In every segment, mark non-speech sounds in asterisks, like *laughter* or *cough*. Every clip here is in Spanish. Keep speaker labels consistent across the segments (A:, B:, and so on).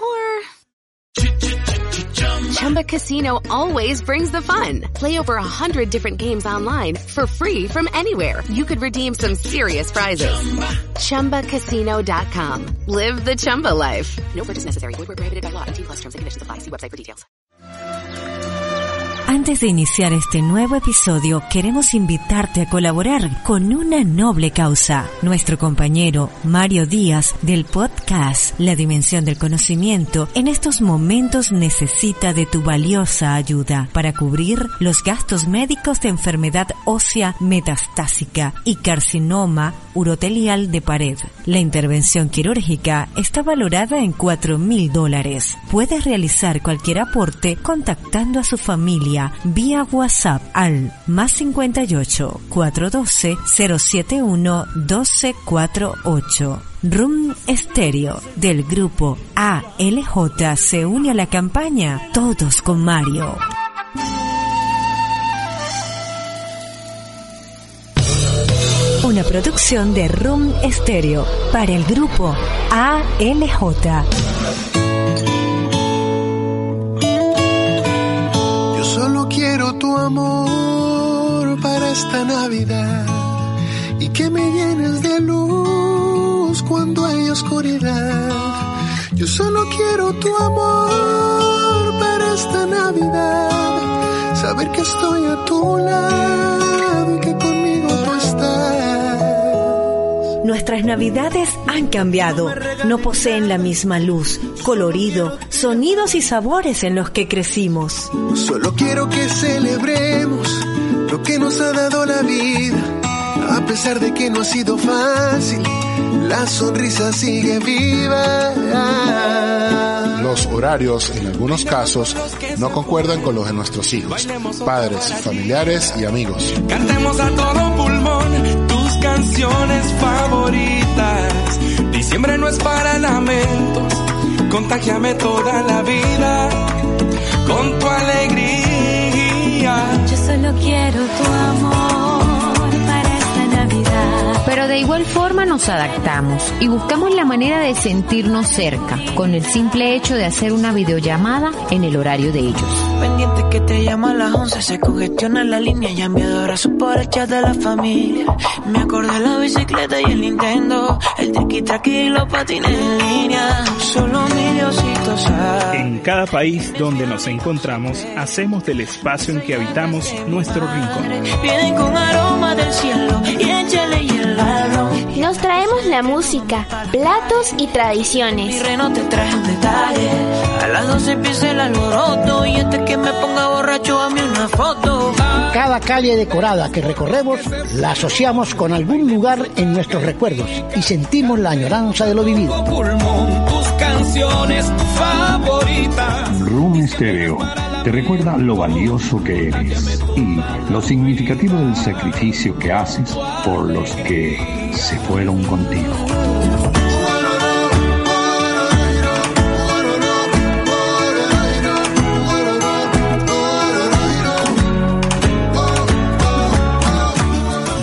A: or Chumba Casino always brings the fun. Play over a hundred different games online for free from anywhere. You could redeem some serious prizes. ChumbaCasino.com. Live the Chumba life. No purchase necessary. Void where prohibited by law. T plus terms and conditions apply. See website for details.
B: Antes de iniciar este nuevo episodio, queremos invitarte a colaborar con una noble causa. Nuestro compañero Mario Díaz del podcast La Dimensión del Conocimiento en estos momentos necesita de tu valiosa ayuda para cubrir los gastos médicos de enfermedad ósea metastásica y carcinoma urotelial de pared. La intervención quirúrgica está valorada en 4 mil dólares. Puedes realizar cualquier aporte contactando a su familia vía WhatsApp al más 58 412 071 1248. Room Stereo del grupo ALJ se une a la campaña Todos con Mario. Una producción de Room Stereo para el grupo ALJ.
C: Yo solo quiero tu amor para esta Navidad y que me llenes de luz cuando hay oscuridad. Yo solo quiero tu amor para esta Navidad, saber que estoy a tu lado y que conmigo tú estás.
B: Nuestras navidades han cambiado. No poseen la misma luz, colorido, sonidos y sabores en los que crecimos.
C: Solo quiero que celebremos lo que nos ha dado la vida. A pesar de que no ha sido fácil, la sonrisa sigue viva.
D: Los horarios en algunos casos no concuerdan con los de nuestros hijos, padres, familiares y amigos.
E: Cantemos a todo pulmón tus canciones favoritas. Diciembre no es para lamentos, contagiame toda la vida con tu alegría.
F: Yo solo quiero tu amor para esta Navidad.
G: Pero de igual forma nos adaptamos y buscamos la manera de sentirnos cerca, con el simple hecho de hacer una videollamada en el horario de ellos.
H: Pendiente que te llama a las 11, se congestiona la línea y enviado abrazos por el chat de la familia. Me acordé la bicicleta y el Nintendo, el triqui traqui y los patines en línea. Solo mi Diosito sabe.
I: En cada país donde nos encontramos, hacemos del espacio en que habitamos nuestro rincón.
H: Vienen con aroma del cielo y échale y el ladrón.
J: Nos traemos la música, platos y
H: Mi
J: tradiciones.
H: reno te traje un detalle. A las 12 empieza el alboroto y este que me ponga borracho a mí una foto.
K: Cada calle decorada que recorremos la asociamos con algún lugar en nuestros recuerdos y sentimos la añoranza de lo vivido.
E: Todo pulmón tus canciones favoritas.
L: Room Stereo te recuerda lo valioso que eres y lo significativo del sacrificio que haces por los que se fueron contigo.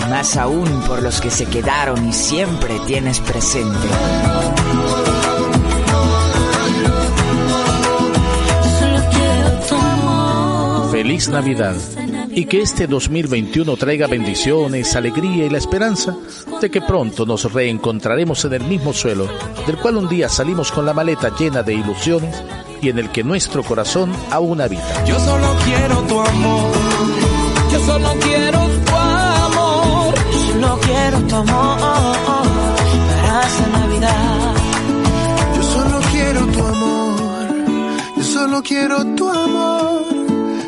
M: y más aún por los que se quedaron y siempre tienes presente.
F: Solo quiero tu amor.
N: Feliz Navidad y que este 2021 traiga bendiciones, alegría y la esperanza de que pronto nos reencontraremos en el mismo suelo del cual un día salimos con la maleta llena de ilusiones y en el que nuestro corazón aún habita.
E: Yo solo quiero tu amor. Yo solo quiero tu amor.
H: Solo quiero tu amor para esta Navidad.
C: Yo solo quiero tu amor, yo solo quiero tu amor,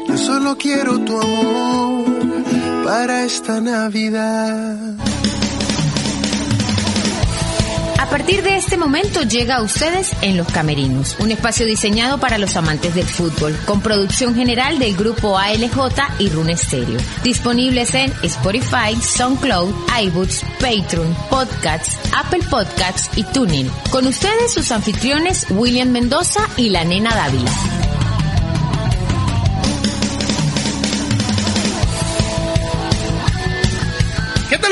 C: yo solo quiero tu amor para esta Navidad.
G: A partir de este momento llega a ustedes En los Camerinos, un espacio diseñado para los amantes del fútbol, con producción general del grupo ALJ y Rune Stereo. Disponibles en Spotify, SoundCloud, iBooks, Patreon, Podcasts, Apple Podcasts y TuneIn. Con ustedes sus anfitriones William Mendoza y la nena Dávila.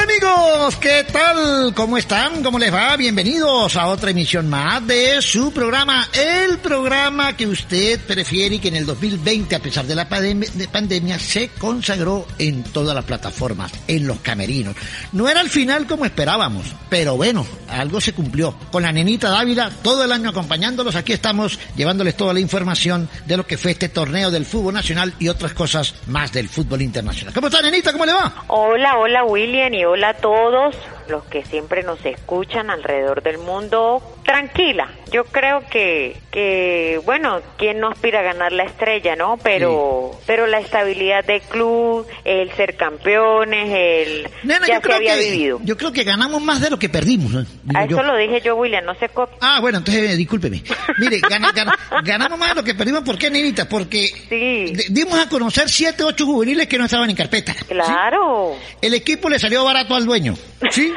C: amigos, ¿qué tal? ¿Cómo están? ¿Cómo les va? Bienvenidos a otra emisión más de su programa, el programa que usted prefiere y que en el 2020, a pesar de la pandem- de pandemia, se consagró en todas las plataformas, en los camerinos. No era el final como esperábamos, pero bueno, algo se cumplió. Con la nenita Dávila, todo el año acompañándolos, aquí estamos llevándoles toda la información de lo que fue este torneo del fútbol nacional y otras cosas más del fútbol internacional. ¿Cómo está, nenita? ¿Cómo le va?
B: Hola, hola William y hola a todos los que siempre nos escuchan alrededor del mundo. Tranquila, yo creo que, que bueno, ¿quién no aspira a ganar la estrella, no? Pero, pero la estabilidad del club, el ser campeones, el
C: Nena,
B: ya
C: yo
B: se
C: creo
B: había
C: que,
B: vivido.
C: Yo creo que ganamos más de lo que perdimos. ¿eh? Digo
B: A eso
C: yo.
B: lo dije yo, William, no se copia.
C: Ah, bueno, entonces eh, discúlpeme. Mire, gana- gana- ganamos más de lo que perdimos. ¿Por qué, nenita? Porque de- dimos a conocer siete, ocho juveniles que no estaban en carpeta. ¿sí?
B: Claro.
C: El equipo le salió barato al dueño.
B: *laughs*
C: ¿Sí?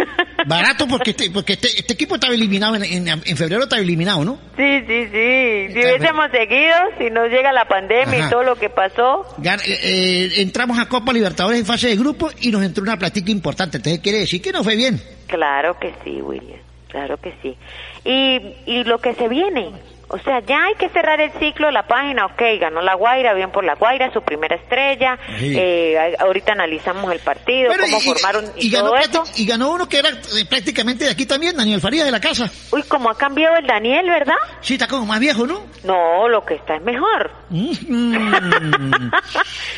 C: barato porque este, porque este, este equipo estaba eliminado, en, en- en febrero estaba eliminado, ¿no?
B: Sí, sí, sí. Si hubiésemos seguido, si no llega la pandemia
C: Ajá.
B: y todo lo que pasó,
C: Gan- eh, eh, entramos a Copa Libertadores en fase de grupo y nos entró una platica importante. Entonces quiere decir que no fue bien.
B: Claro que sí, William, claro que sí. Y, y lo que se viene, o sea, ya hay que cerrar el ciclo, la página, ok, ganó la Guaira, bien por la Guaira, su primera estrella,
C: Sí.
B: eh, a- ahorita analizamos el partido,
C: Bueno,
B: cómo formaron y,
C: y ganó,
B: todo eso.
C: prácti- y ganó uno que era eh, prácticamente de aquí también, Daniel Farías de la casa.
B: Uy, cómo ha cambiado el Daniel, ¿verdad?
C: Sí, está como más viejo, ¿no?
B: No, lo que está es mejor.
C: Mm.
B: *laughs*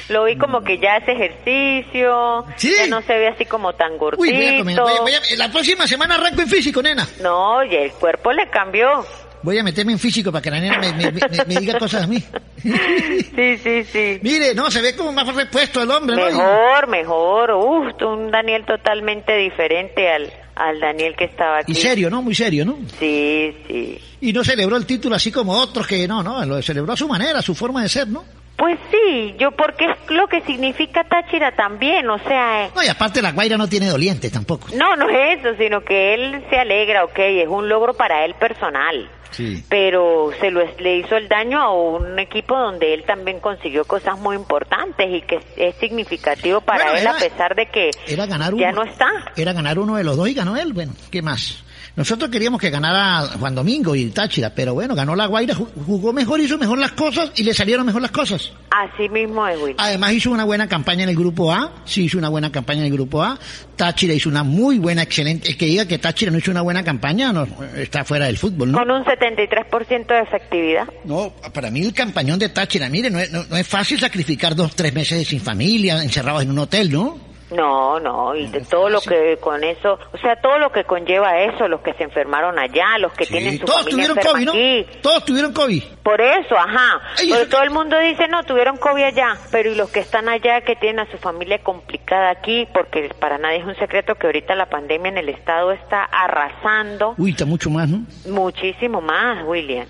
B: Lo vi como que ya hace ejercicio, ya no se ve así como tan gordito.
C: Uy, voy a comer, voy a- voy a- la próxima semana arranco en físico, nena.
B: No, y el cuerpo le cambió.
C: Voy a meterme en físico para que la nena me, me- me- me diga cosas a mí.
B: Sí, sí, sí.
C: Mire, no, se ve como más repuesto el hombre, ¿no?
B: Mejor, mejor. Uf, un Daniel totalmente diferente al, al Daniel que estaba aquí.
C: Y serio, ¿no? Muy serio, ¿no?
B: Sí, sí.
C: Y no celebró el título así como otros que no, no, lo celebró a su manera, a su forma de ser, ¿no?
B: Pues sí, yo porque es lo que significa Táchira también, o sea, eh,
C: No, y aparte la Guaira no tiene dolientes tampoco.
B: no, no es eso, sino que él se alegra, ok, es un logro para él personal,
C: Sí.
B: pero se lo, es- le hizo el daño a un equipo donde él también consiguió cosas muy importantes y que es, es significativo para
C: Bueno,
B: él
C: era-
B: a pesar de que
C: Era ganar uno.
B: ya no está.
C: Era ganar uno de los dos y ganó él, bueno, ¿qué más? Nosotros queríamos que ganara Juan Domingo y Táchira, pero bueno, ganó la Guaira, ju- jugó mejor, hizo mejor las cosas y le salieron mejor las cosas.
B: Así mismo es, Will.
C: Además hizo una buena campaña en el grupo A, sí hizo una buena campaña en el grupo A. Táchira hizo una muy buena, excelente. El que diga que Táchira no hizo una buena campaña no, está fuera del fútbol, ¿no?
B: Con un 73% de efectividad.
C: No, para mí el campañón de Táchira, mire, no es, no- no es fácil sacrificar dos, tres meses sin familia, encerrados en un hotel, ¿no?
B: No, no, y de todo lo que con eso, o sea, todo lo que conlleva eso, los que se enfermaron allá, los que tienen su
C: Todos
B: familia
C: tuvieron
B: enferma
C: COVID,
B: aquí.
C: ¿no? Todos tuvieron COVID.
B: Por eso, ajá. Pero todo el mundo dice, no, tuvieron COVID allá, pero y los que están allá que tienen a su familia complicada aquí, porque para nadie es un secreto que ahorita la pandemia en el estado está arrasando
C: Uy, está mucho más, ¿no?
B: muchísimo más, William.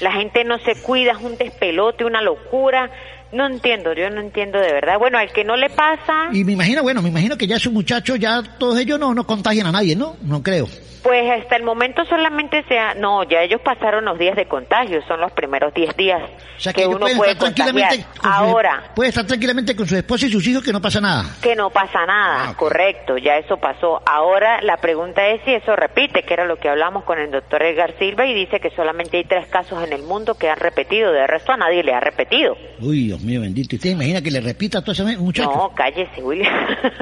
B: La gente no se cuida, es un despelote, una locura. No entiendo, yo no entiendo de verdad. Bueno, al que no le pasa,
C: Y me imagino, bueno, me imagino que ya esos muchachos, ya todos ellos no, no contagian a nadie, ¿no? No creo.
B: Pues hasta el momento solamente sea, no, ya ellos pasaron los días de contagio, son los primeros 10 días
C: O sea,
B: que,
C: ellos
B: uno
C: pueden
B: puede
C: estar
B: contagiar.
C: con su-
B: Ahora
C: puede estar tranquilamente con su esposa y sus hijos que no pasa nada. Ah,
B: que no pasa nada, correcto, ya eso pasó. Ahora la pregunta es si eso repite, que era lo que hablamos con el doctor Edgar Silva y dice que solamente hay tres casos en el mundo que han repetido, de resto a nadie le ha repetido.
C: Uy, Dios mío, bendito. ¿Y ¿Usted imagina que le repita a todos esos muchachos?
B: No, cállese, William.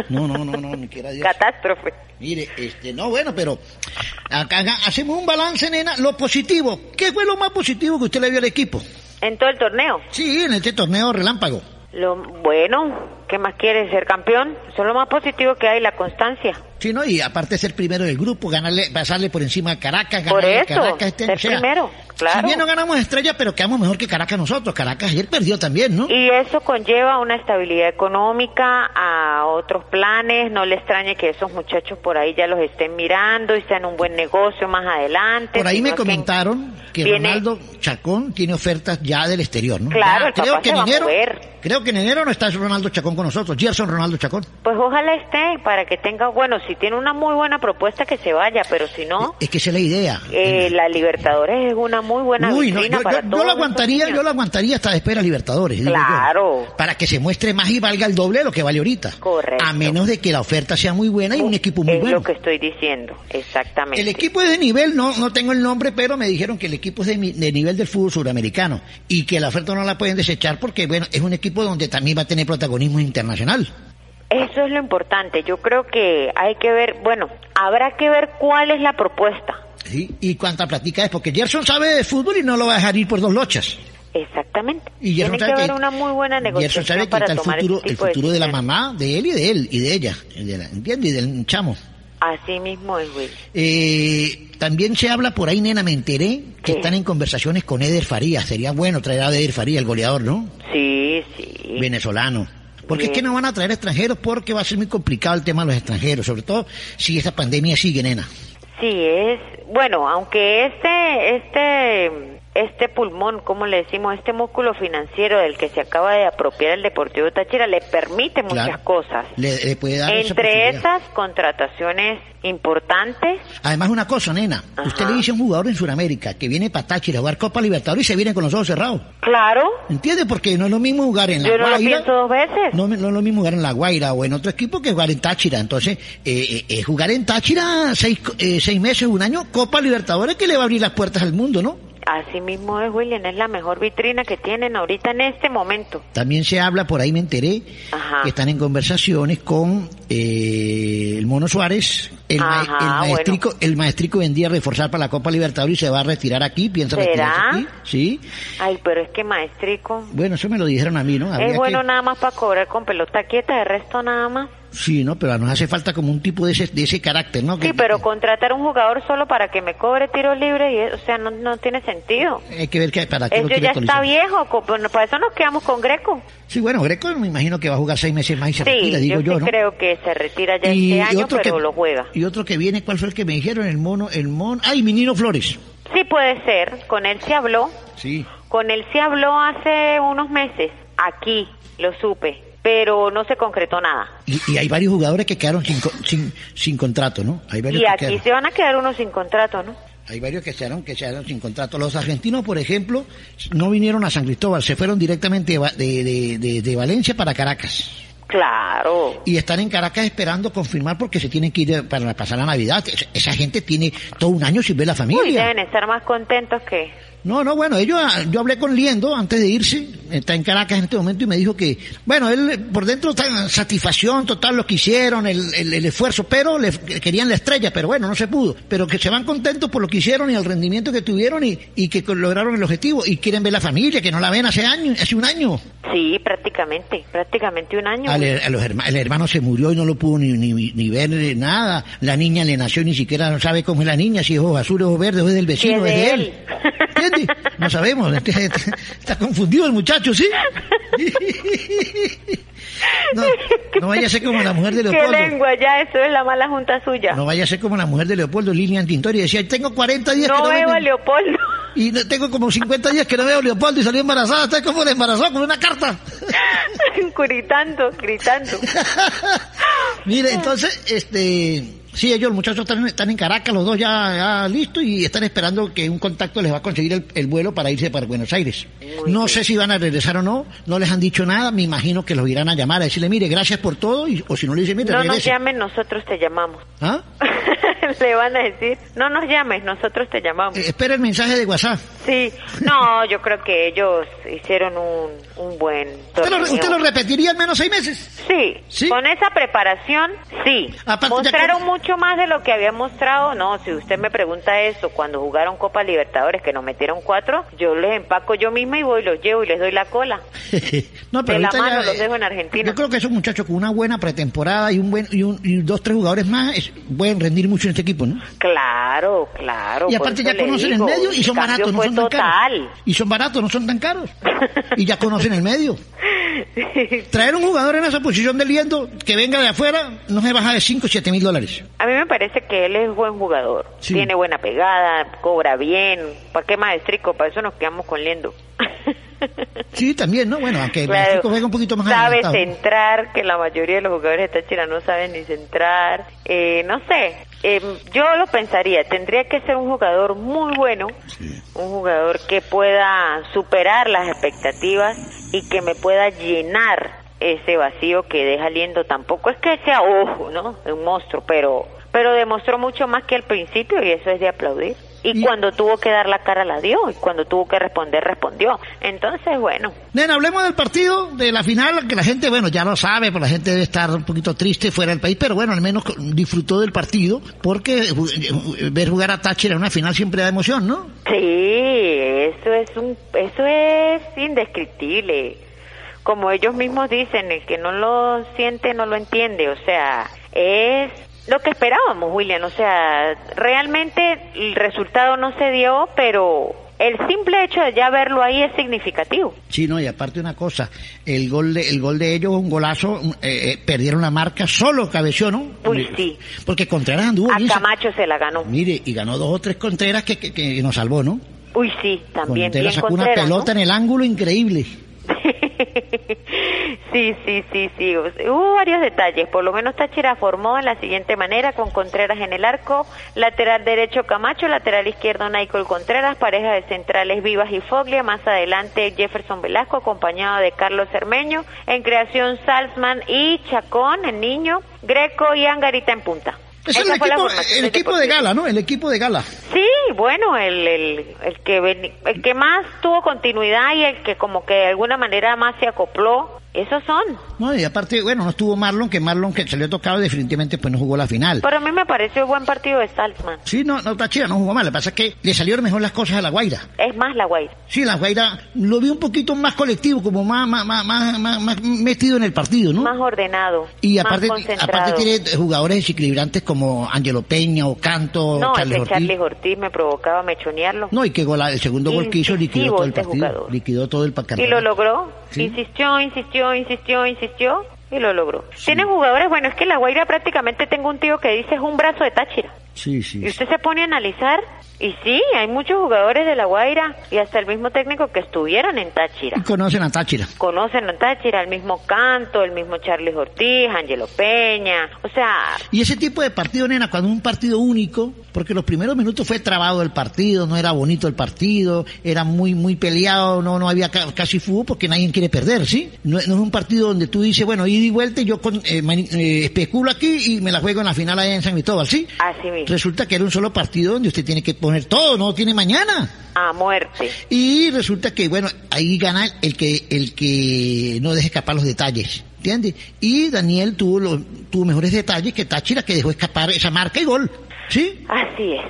C: No, no, no, no, ni quiera Dios.
B: Catástrofe.
C: Mire, este, no, bueno, pero acá, acá hacemos un balance, nena, lo positivo. ¿Qué fue lo más positivo que usted le vio al equipo?
B: ¿En todo el torneo?
C: Sí, en este torneo relámpago.
B: Lo, bueno, ¿qué más quieres ser campeón? Eso es lo más positivo que hay, la constancia.
C: Sí, ¿no? Y aparte ser primero del grupo, ganarle, pasarle por encima a Caracas,
B: Por
C: ganarle a
B: eso,
C: Caracas este
B: ser
C: año. O sea,
B: primero, claro.
C: Si bien no ganamos estrellas, pero quedamos mejor que Caracas nosotros. Caracas ayer perdió también, ¿no?
B: Y eso conlleva una estabilidad económica, a otros planes, no le extrañe que esos muchachos por ahí ya los estén mirando y sean un buen negocio más adelante.
C: Por ahí me
B: sino que-
C: comentaron que
B: viene-
C: Ronaldo Chacón tiene ofertas ya del exterior, ¿no?
B: Claro,
C: Ya
B: el papá se va a mover.
C: creo que en enero no está Ronaldo Chacón con nosotros, Gerson Ronaldo Chacón.
B: Pues ojalá esté para que tenga, bueno, si tiene una muy buena propuesta que se vaya, pero si no,
C: Es que esa es la idea.
B: eh, la Libertadores es una muy buena
C: Uy, no, yo,
B: vitrina
C: yo-
B: para
C: yo
B: todos
C: lo aguantaría, yo lo aguantaría hasta después de la Libertadores. digo yo.
B: Claro.
C: para que se muestre más y valga el doble de lo que vale ahorita.
B: Correcto.
C: A menos de que la oferta sea muy buena y un equipo muy
B: es
C: bueno.
B: lo que estoy diciendo, exactamente.
C: El equipo es de nivel, no, no tengo el nombre, pero me dijeron que el equipo es de, mi- de nivel del fútbol suramericano y que la oferta no la pueden desechar porque, bueno, es un equipo donde también va a tener protagonismo internacional.
B: Eso es lo importante. Yo creo que hay que ver, bueno, habrá que ver cuál es la propuesta.
C: ¿sí? Y cuánta platica es, porque Gerson sabe de fútbol y no lo va a dejar ir por dos lochas.
B: Exactamente.
C: Y
B: Tiene que
C: Gerson sabe que-
B: haber una muy buena negociación
C: Gerson sabe que
B: para
C: está el
B: tomar
C: futuro,
B: ese
C: el
B: tipo de
C: futuro de la
B: decisiones.
C: mamá, de él y de él, y de ella, y de la- ¿entiendes? Y del chamo.
B: Así mismo es, Will.
C: Eh, también se habla por ahí, nena, me enteré que están en conversaciones con Eder Farías. Sería bueno traer a Eder Farías, el goleador, ¿no?
B: Sí, sí.
C: Venezolano. Porque es que
B: Bien.
C: no van a traer extranjeros porque va a ser muy complicado el tema de los extranjeros, sobre todo si esta pandemia sigue, nena.
B: Sí, es, bueno, aunque este, este, este pulmón, como le decimos, este músculo financiero del que se acaba de apropiar el Deportivo Táchira le permite muchas
C: Claro.
B: cosas.
C: Le, le puede dar esa
B: Entre
C: posibilidad.
B: esas contrataciones importantes,
C: Además, una cosa, nena. Usted le dice a un jugador en Sudamérica que viene para Táchira a jugar Copa Libertadores y se viene con los ojos cerrados.
B: claro,
C: ¿Entiende? Porque no es lo mismo jugar en La
B: Yo no lo
C: Guaira.
B: pienso dos veces.
C: No, no es lo mismo jugar en La Guaira o en otro equipo que jugar en Táchira. Entonces, eh, eh, eh, jugar en Táchira seis, co- eh, seis meses, un año, Copa Libertadores que le va a abrir las puertas al mundo, ¿no?
B: así mismo es, William, es la mejor vitrina que tienen ahorita en este momento.
C: También se habla, por ahí me enteré,
B: Ajá.
C: que están en conversaciones con eh, el Mono Suárez. El, ma-
B: Ajá,
C: el maestrico, el maestrico vendía a reforzar para la Copa Libertadores y se va a retirar aquí, piensa
B: ¿Será?
C: retirarse aquí. Sí.
B: Ay, pero es que maestrico,
C: Bueno, eso me lo dijeron a mí, ¿no? Habría
B: es bueno
C: que-
B: nada más para cobrar con pelota quieta, de resto nada más.
C: Sí, ¿no? Pero nos hace falta como un tipo de ese, de ese carácter, ¿no? Que-
B: Sí, pero contratar un jugador solo para que me cobre tiros libres, y, o sea, no, no tiene sentido.
C: Hay que ver que para qué lo
B: Eso
C: quiere
B: ya está
C: actualizar.
B: viejo, co- bueno, para eso nos quedamos con Greco.
C: Sí, bueno, Greco me imagino que va a jugar seis meses más y se
B: Sí,
C: retira,
B: yo,
C: digo yo,
B: sí
C: ¿no?
B: creo que se retira ya
C: Y- y
B: este año,
C: otro
B: pero
C: que-
B: lo juega.
C: Y otro que viene, ¿cuál fue el que me dijeron? El mono, el mono... ¡Ay, Minino Flores!
B: Sí puede ser, con él se habló,
C: Sí.
B: con él se habló hace unos meses, aquí lo supe, pero no se concretó nada.
C: Y, y hay varios jugadores que quedaron sin, co- sin, sin contrato, ¿no? Hay varios
B: Y
C: que
B: aquí
C: quedaron.
B: se van a quedar unos sin contrato, ¿no?
C: Hay varios que se quedaron, que se quedaron sin contrato. Los argentinos, por ejemplo, no vinieron a San Cristóbal, se fueron directamente de, Va- de- de- de- de Valencia para Caracas.
B: Claro.
C: Y están en Caracas esperando confirmar porque se tienen que ir de- para pasar la Navidad. Es- Esa gente tiene todo un año sin ver la
B: Uy,
C: familia.
B: deben estar más contentos que...
C: No, no, bueno, ellos, ah, yo hablé con Liendo antes de irse, está en Caracas en este momento y me dijo que, bueno, él eh, por dentro está satisfacción total lo que hicieron, el, el- el esfuerzo, pero le que querían la estrella, pero bueno, no se pudo. Pero que se van contentos por lo que hicieron y el rendimiento que tuvieron y, y que co- lograron el objetivo y quieren ver la familia, que no la ven hace años, hace un año.
B: Sí, prácticamente, prácticamente un año.
C: Al- a los herma- el hermano se murió y no lo pudo ni, ni, ni ver eh, nada. La niña le nació y ni siquiera no sabe cómo es la niña, si es ojos azules, ojos verdes, o es del
B: Sí, es
C: vecino,
B: de
C: es de
B: él.
C: él. ¿Entiendes? No *laughs* sabemos. Entonces, Está confundido el muchacho, ¿sí? No, no vaya a ser como la mujer de
B: ¿Qué
C: Leopoldo.
B: lengua? Ya, eso es la mala junta suya.
C: No vaya a ser como la mujer de Leopoldo, Lilian Tintori. Decía, tengo 40 días que
B: No
C: no
B: veo
C: vengo".
B: a Leopoldo.
C: Y no- tengo como 50 días que no veo a Leopoldo y salió embarazada. Está como la embarazó con una carta.
B: *laughs* gritando, gritando.
C: *laughs* Mire, entonces, este, sí, ellos, los muchachos están, están en Caracas, los dos ya, ya listos y están esperando que un contacto les va a conseguir el, el vuelo para irse para Buenos Aires. No sé si van a regresar o no, no les han dicho nada, me imagino que los irán a llamar a decirle, mire, gracias por todo, y- o si no le dicen, mire,
B: No nos
C: regrese.
B: llamen, nosotros te llamamos. *laughs*
C: ¿Ah?
B: Le van a decir, no nos llames, nosotros te llamamos.
C: Eh, Espera el mensaje de WhatsApp.
B: Sí, no, yo creo que ellos hicieron un, un buen
C: ¿Usted lo,
B: torneo.
C: usted lo repetiría al menos seis meses?
B: Sí, con esa preparación, sí.
C: Aparte, ya
B: Mostraron mucho más de lo que habían mostrado. No, si usted me pregunta eso, cuando jugaron Copa Libertadores, que nos metieron cuatro, yo les empaco yo misma y voy, los llevo y les doy la cola.
C: *laughs* no, pero
B: de la
C: ahorita
B: mano
C: ya,
B: los
C: eh,
B: dejo en Argentina.
C: Yo creo que esos muchachos con una buena pretemporada y un buen y, un- y dos tres jugadores más es- pueden rendir mucho en este equipo, ¿no?
B: Claro, claro.
C: y
B: por
C: aparte
B: eso
C: ya
B: le
C: conocen
B: digo,
C: el medio y
B: cambio
C: son baratos, no
B: fue
C: son tan caros.
B: total.
C: Y son baratos, no son
B: *laughs*
C: tan caros. Y ya conocen el medio. Traer un jugador en esa posición de liendo que venga de afuera no se baja de 5 o 7 mil dólares.
B: A mí me parece que él es buen jugador.
C: Sí.
B: Tiene buena pegada, cobra bien. ¿Para qué maestrico? Para eso nos quedamos con Liendo.
C: Sí, también, ¿no? Bueno, aunque
B: Claro.
C: México juega un poquito más
B: sabe
C: adelantado.
B: centrar, que la mayoría de los jugadores de Táchira no saben ni centrar. Eh, no sé, eh, yo lo pensaría, tendría que ser un jugador muy bueno, un jugador que pueda superar las expectativas y que me pueda llenar ese vacío que deja Liendo. Tampoco es que sea, ojo, ¿no? Un monstruo, pero, pero demostró mucho más que al principio y eso es de aplaudir. Y cuando tuvo que dar la cara la dio, y cuando tuvo que responder respondió. Entonces, bueno,
C: Nena, hablemos del partido, de la final, que la gente, bueno, ya lo sabe, pero la gente debe estar un poquito triste fuera del país, pero bueno, al menos disfrutó del partido, porque ju- ver jugar a Táchira en una final siempre da emoción, ¿no?
B: Sí, eso es un, eso es indescriptible. Como ellos mismos dicen, el que no lo siente no lo entiende. O sea, es lo que esperábamos, William. O sea, realmente el resultado no se dio, pero el simple hecho de ya verlo ahí es significativo.
C: Sí, no, y aparte una cosa, el gol de, el gol de ellos, un golazo, eh, eh, perdieron la marca, solo cabeció, ¿no?
B: Uy, sí.
C: Porque Contreras anduvo
B: A
C: bien,
B: Camacho se la ganó.
C: Mire, y ganó dos o tres Contreras que, que, que nos salvó, ¿no?
B: Uy, sí, también. bien
C: Contreras sacó una
B: Contreras, ¿no?
C: pelota en el ángulo increíble.
B: Sí, sí, sí, sí. O sea, Hubo varios detalles. Por lo menos Táchira formó en la siguiente manera con Contreras en el arco, lateral derecho Camacho, lateral izquierdo Nicol Contreras, pareja de centrales Vivas y Foglia, más adelante Jefferson Velasco acompañado de Carlos Cermeño, en creación Salzman y Chacón, el niño, Greco y Angarita en punta.
C: Ese es
B: Esa
C: el
B: fue la
C: equipo,
B: formación
C: el
B: del
C: equipo de gala, ¿no? El equipo de gala.
B: Sí, bueno, el, el, el que veni- el que más tuvo continuidad y el que como que de alguna manera más se acopló, esos son.
C: No, y aparte, bueno, no estuvo Marlon, que Marlon que se le ha tocado definitivamente pues no jugó la final.
B: Para mí me pareció buen partido de Salzman.
C: Sí, no, no, Táchira no jugó mal, lo que pasa es que le salieron mejor las cosas a la Guaira.
B: Es más la Guaira.
C: Sí, la Guaira lo vi un poquito más colectivo, como más, más, más, más, más- más metido en el partido, ¿no?
B: Más ordenado.
C: y
B: más
C: aparte,
B: concentrado.
C: aparte tiene jugadores desequilibrantes como Angelo Peña o Canto,
B: No,
C: Charles
B: ese
C: Ortiz.
B: Charles Ortiz me provocaba mechonearlo.
C: No, y que gola- el segundo gol que hizo liquidó
B: Incisivo
C: todo el
B: este
C: partido.
B: jugador.
C: Liquidó todo el partido.
B: Y lo logró.
C: Sí.
B: Insistió, insistió, insistió, insistió. Y lo logró. Tienen jugadores, bueno, es que la Guaira prácticamente tengo un tío que dice es un brazo de Táchira.
C: Sí, sí.
B: Y usted se pone a analizar, y sí, hay muchos jugadores de La Guaira y hasta el mismo técnico que estuvieron en Táchira.
C: Y Conocen a Táchira.
B: Conocen a Táchira, el mismo Canto, el mismo Charles Ortiz, Angelo Peña. O sea,
C: Y ese tipo de partido, nena, cuando es un partido único, porque los primeros minutos fue trabado el partido, no era bonito el partido, era muy muy peleado, no no había ca- casi fútbol porque nadie quiere perder, ¿sí? No, no es un partido donde tú dices, bueno, ida y vuelta, y yo con, eh, mani- eh, especulo aquí y me la juego en la final allá en San Cristóbal, ¿sí?
B: así mismo.
C: Resulta que era un solo partido donde usted tiene que poner todo, no tiene mañana.
B: A muerte.
C: Y resulta que, bueno, ahí gana el que, el que no deja escapar los detalles. ¿Entiendes? Y Daniel tuvo los, tuvo mejores detalles que Táchira, que dejó escapar esa marca y gol. ¿Sí?
B: Así es.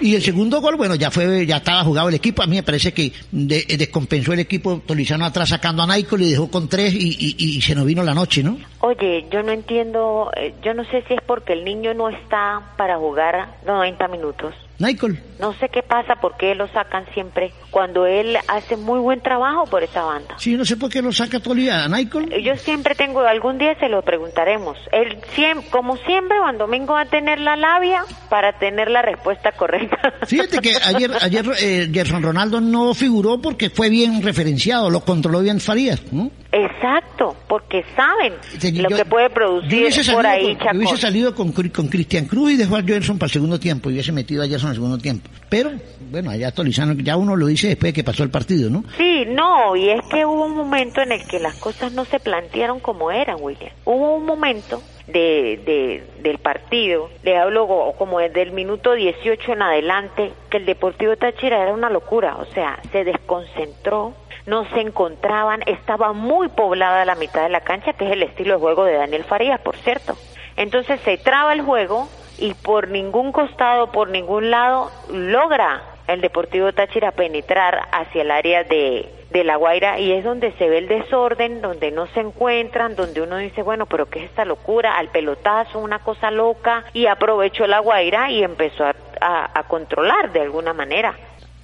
C: Y el segundo gol, bueno, ya fue, ya estaba jugado el equipo. A mí me parece que de- eh, descompensó el equipo Tolizano atrás sacando a Naico, le dejó con tres y, y- y se nos vino la noche, ¿no?
B: Oye, yo no entiendo, eh, yo no sé si es porque el niño no está para jugar 90 minutos.
C: Naico.
B: No sé qué pasa, porque lo sacan siempre cuando él hace muy buen trabajo por esa banda.
C: Sí, no sé por qué lo saca Tolizano a Naico.
B: Eh, Yo siempre tengo, algún día se lo preguntaremos. Él siempre, como siempre, Juan Domingo va a tener la labia para tener la respuesta correcta. *laughs*
C: Fíjate que ayer, ayer eh, Gerson Ronaldo no figuró porque fue bien referenciado, lo controló bien Farías, ¿no?
B: Exacto, porque saben lo
C: yo-
B: que puede
C: Yo
B: producir
C: hubiese
B: por
C: salido,
B: ahí
C: con, yo hubiese
B: Chacón.
C: salido con, Cri- con Cristian Cruz y dejó a Gerson para el segundo tiempo, y hubiese metido a Gerson al segundo tiempo. Pero, bueno, allá Tolizano, ya uno lo dice después de que pasó el partido, ¿no?
B: Sí, no, y es que hubo un momento en el que las cosas no se plantearon como eran, William. Hubo un momento de, de- del partido, le hablo go- como desde el minuto 18 en adelante, que el Deportivo Táchira era una locura, o sea, se desconcentró, no se encontraban, estaba muy poblada la mitad de la cancha, que es el estilo de juego de Daniel Farías, por cierto. Entonces se traba el juego y por ningún costado, por ningún lado, logra el Deportivo Táchira penetrar hacia el área de, de La Guaira y es donde se ve el desorden, donde no se encuentran, donde uno dice, bueno, pero ¿qué es esta locura? Al pelotazo, una cosa loca y aprovechó La Guaira y empezó a, a- a controlar de alguna manera.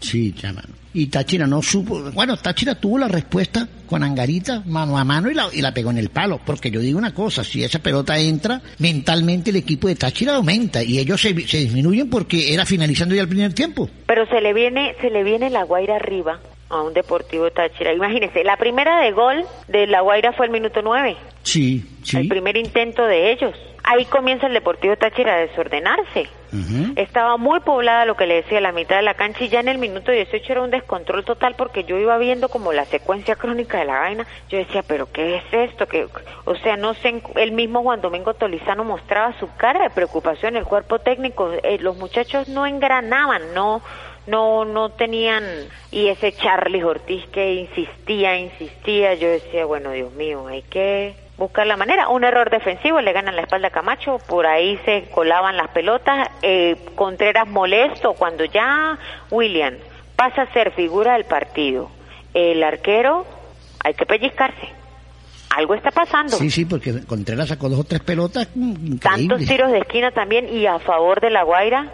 C: Sí, ya, mano. Y Táchira no supo. Bueno, Táchira tuvo la respuesta con Angarita mano a mano y la, y la pegó en el palo. Porque yo digo una cosa: si esa pelota entra, mentalmente el equipo de Táchira aumenta y ellos se, se disminuyen porque era finalizando ya el primer tiempo.
B: Pero se le viene, se le viene La Guaira arriba a un Deportivo Táchira. Imagínense, la primera de gol de La Guaira fue el minuto 9.
C: Sí, sí.
B: El primer intento de ellos. Ahí comienza el Deportivo Táchira a desordenarse.
C: Ujú.
B: Estaba muy poblada lo que le decía la mitad de la cancha y ya en el minuto 18 era un descontrol total porque yo iba viendo como la secuencia crónica de la vaina. Yo decía, pero ¿qué es esto? que O sea, no sé, en- el mismo Juan Domingo Tolizano mostraba su cara de preocupación, el cuerpo técnico, eh, los muchachos no engranaban, no no no tenían y ese Charlie Ortiz que insistía, insistía, yo decía, bueno, Dios mío, hay que buscar la manera. Un error defensivo, le ganan la espalda a Camacho, por ahí se colaban las pelotas, eh, Contreras molesto cuando ya William pasa a ser figura del partido. El arquero, hay que pellizcarse. Algo está pasando.
C: Sí, sí, porque Contreras sacó dos o tres pelotas mm,
B: Tantos
C: increíbles.
B: tiros de esquina también y a favor de La Guaira.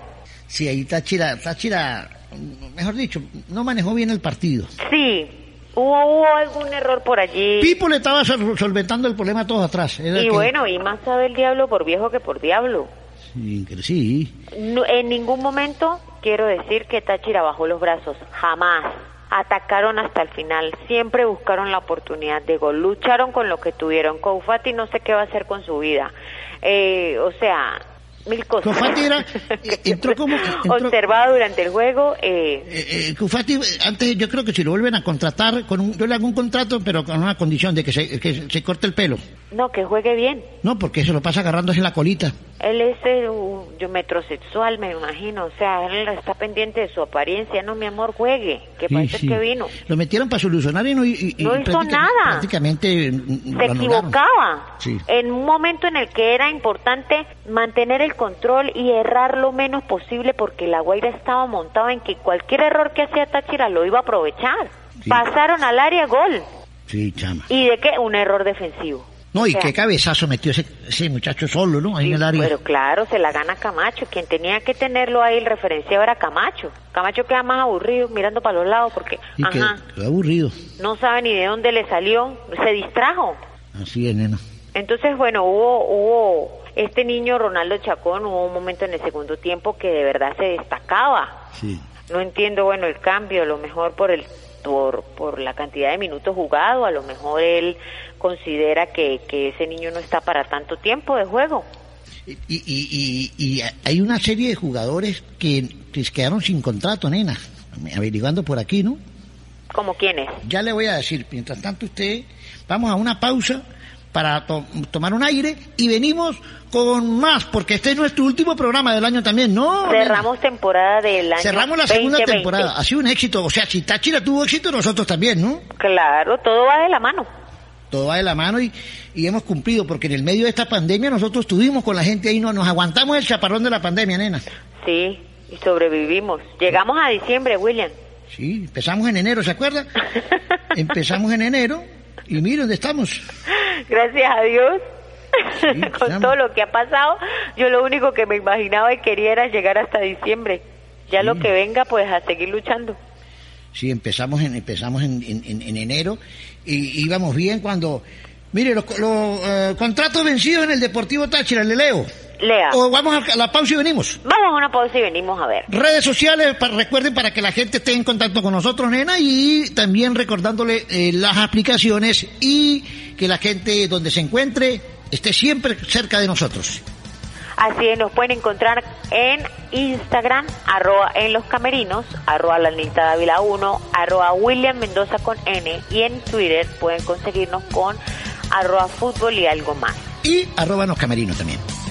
C: Sí, ahí Táchira, Táchira, mm, mejor dicho, no manejó bien el partido.
B: Sí, hubo, hubo algún error por allí.
C: Pipo le estaba sol- solventando el problema a todos atrás. Era
B: Y
C: que-
B: bueno, y más sabe el diablo por viejo que por diablo.
C: Sí, que- sí.
B: No- en ningún momento quiero decir que Táchira bajó los brazos, jamás. Atacaron hasta el final, siempre buscaron la oportunidad de gol, lucharon con lo que tuvieron. Koufati no sé qué va a hacer con su vida. Eh, o sea, mil cosas. *laughs*
C: Koufati era- eh, entró como- entró-
B: Observado durante el juego, eh,
C: Eh, eh, Cufati, eh, antes yo creo que si lo vuelven a contratar, con un- yo le hago un contrato, pero con una condición de que se, que se corte el pelo.
B: no, que juegue bien.
C: No, porque se lo pasa agarrándose la colita.
B: Él es eh, un- yo metrosexual, me imagino. O sea, él está pendiente de su apariencia. No, mi amor, juegue. Que
C: Sí,
B: parece
C: sí.
B: que vino.
C: Lo metieron para solucionar y no, y- y- y
B: No hizo
C: práctica-
B: nada.
C: Prácticamente mm, mm,
B: Se
C: lo anularon.
B: equivocaba.
C: Sí.
B: En un momento en el que era importante mantener el control y errar lo menos posible porque la Guaira estaba montada en que cualquier error que hacía Táchira lo iba a aprovechar.
C: Sí.
B: Pasaron al área gol.
C: Sí, chama.
B: ¿Y de qué? Un error defensivo.
C: No,
B: O
C: y
B: sea,
C: qué cabezazo metió ese, ese muchacho solo, ¿no? Ahí en el área.
B: Pero claro, se la gana Camacho. Quien tenía que tenerlo ahí, el referenciado era Camacho. Camacho queda más aburrido mirando para los lados porque,
C: y que
B: ajá,
C: quedó aburrido.
B: no sabe ni de dónde le salió, se distrajo.
C: Así es, nena.
B: Entonces, bueno, hubo, hubo este niño Ronaldo Chacón, hubo un momento en el segundo tiempo que de verdad se destacaba.
C: Sí.
B: No entiendo, bueno, el cambio, a lo mejor por el por, por la cantidad de minutos jugado, a lo mejor él considera que, que ese niño no está para tanto tiempo de juego.
C: Y, y, y- y hay una serie de jugadores que, que quedaron sin contrato, nena. Averiguando por aquí, ¿no?
B: ¿Como quién es?
C: Ya le voy a decir, mientras tanto usted, vamos a una pausa para to- tomar un aire y venimos con más, porque este es nuestro último programa del año también, ¿no? nena?
B: Cerramos temporada del año
C: Cerramos la segunda
B: 2020.
C: temporada. Ha sido un éxito. O sea, si Táchira tuvo éxito, nosotros también, ¿no?
B: Claro, todo va de la mano.
C: Todo va de la mano y, y hemos cumplido, porque en el medio de esta pandemia nosotros estuvimos con la gente ahí, no, nos aguantamos el chaparrón de la pandemia, nena.
B: Sí, y sobrevivimos. Llegamos a diciembre, William.
C: Sí, empezamos en enero, ¿se
B: *laughs*
C: acuerdan? empezamos en enero y mire dónde estamos.
B: Gracias a Dios. *laughs* Con
C: llama.
B: todo lo que ha pasado, yo lo único que me imaginaba y quería era llegar hasta diciembre. Ya lo que venga, pues a seguir luchando.
C: Sí, empezamos en, empezamos en, en- en- en enero y íbamos bien cuando... Mire, los, los, eh, contratos vencidos en el Deportivo Táchira, le leo.
B: Lea.
C: O vamos a la pausa y venimos.
B: Vamos a una pausa y venimos a ver.
C: Redes sociales, pa- recuerden para que la gente esté en contacto con nosotros, nena, y también recordándole eh, las aplicaciones y que la gente donde se encuentre esté siempre cerca de nosotros.
B: Así es, nos pueden encontrar en Instagram, arroba en los camerinos, arroba la Anita Dávila 1, arroba William Mendoza con N, y en Twitter pueden conseguirnos con arroba fútbol y algo más.
C: Y arroba los camerinos también.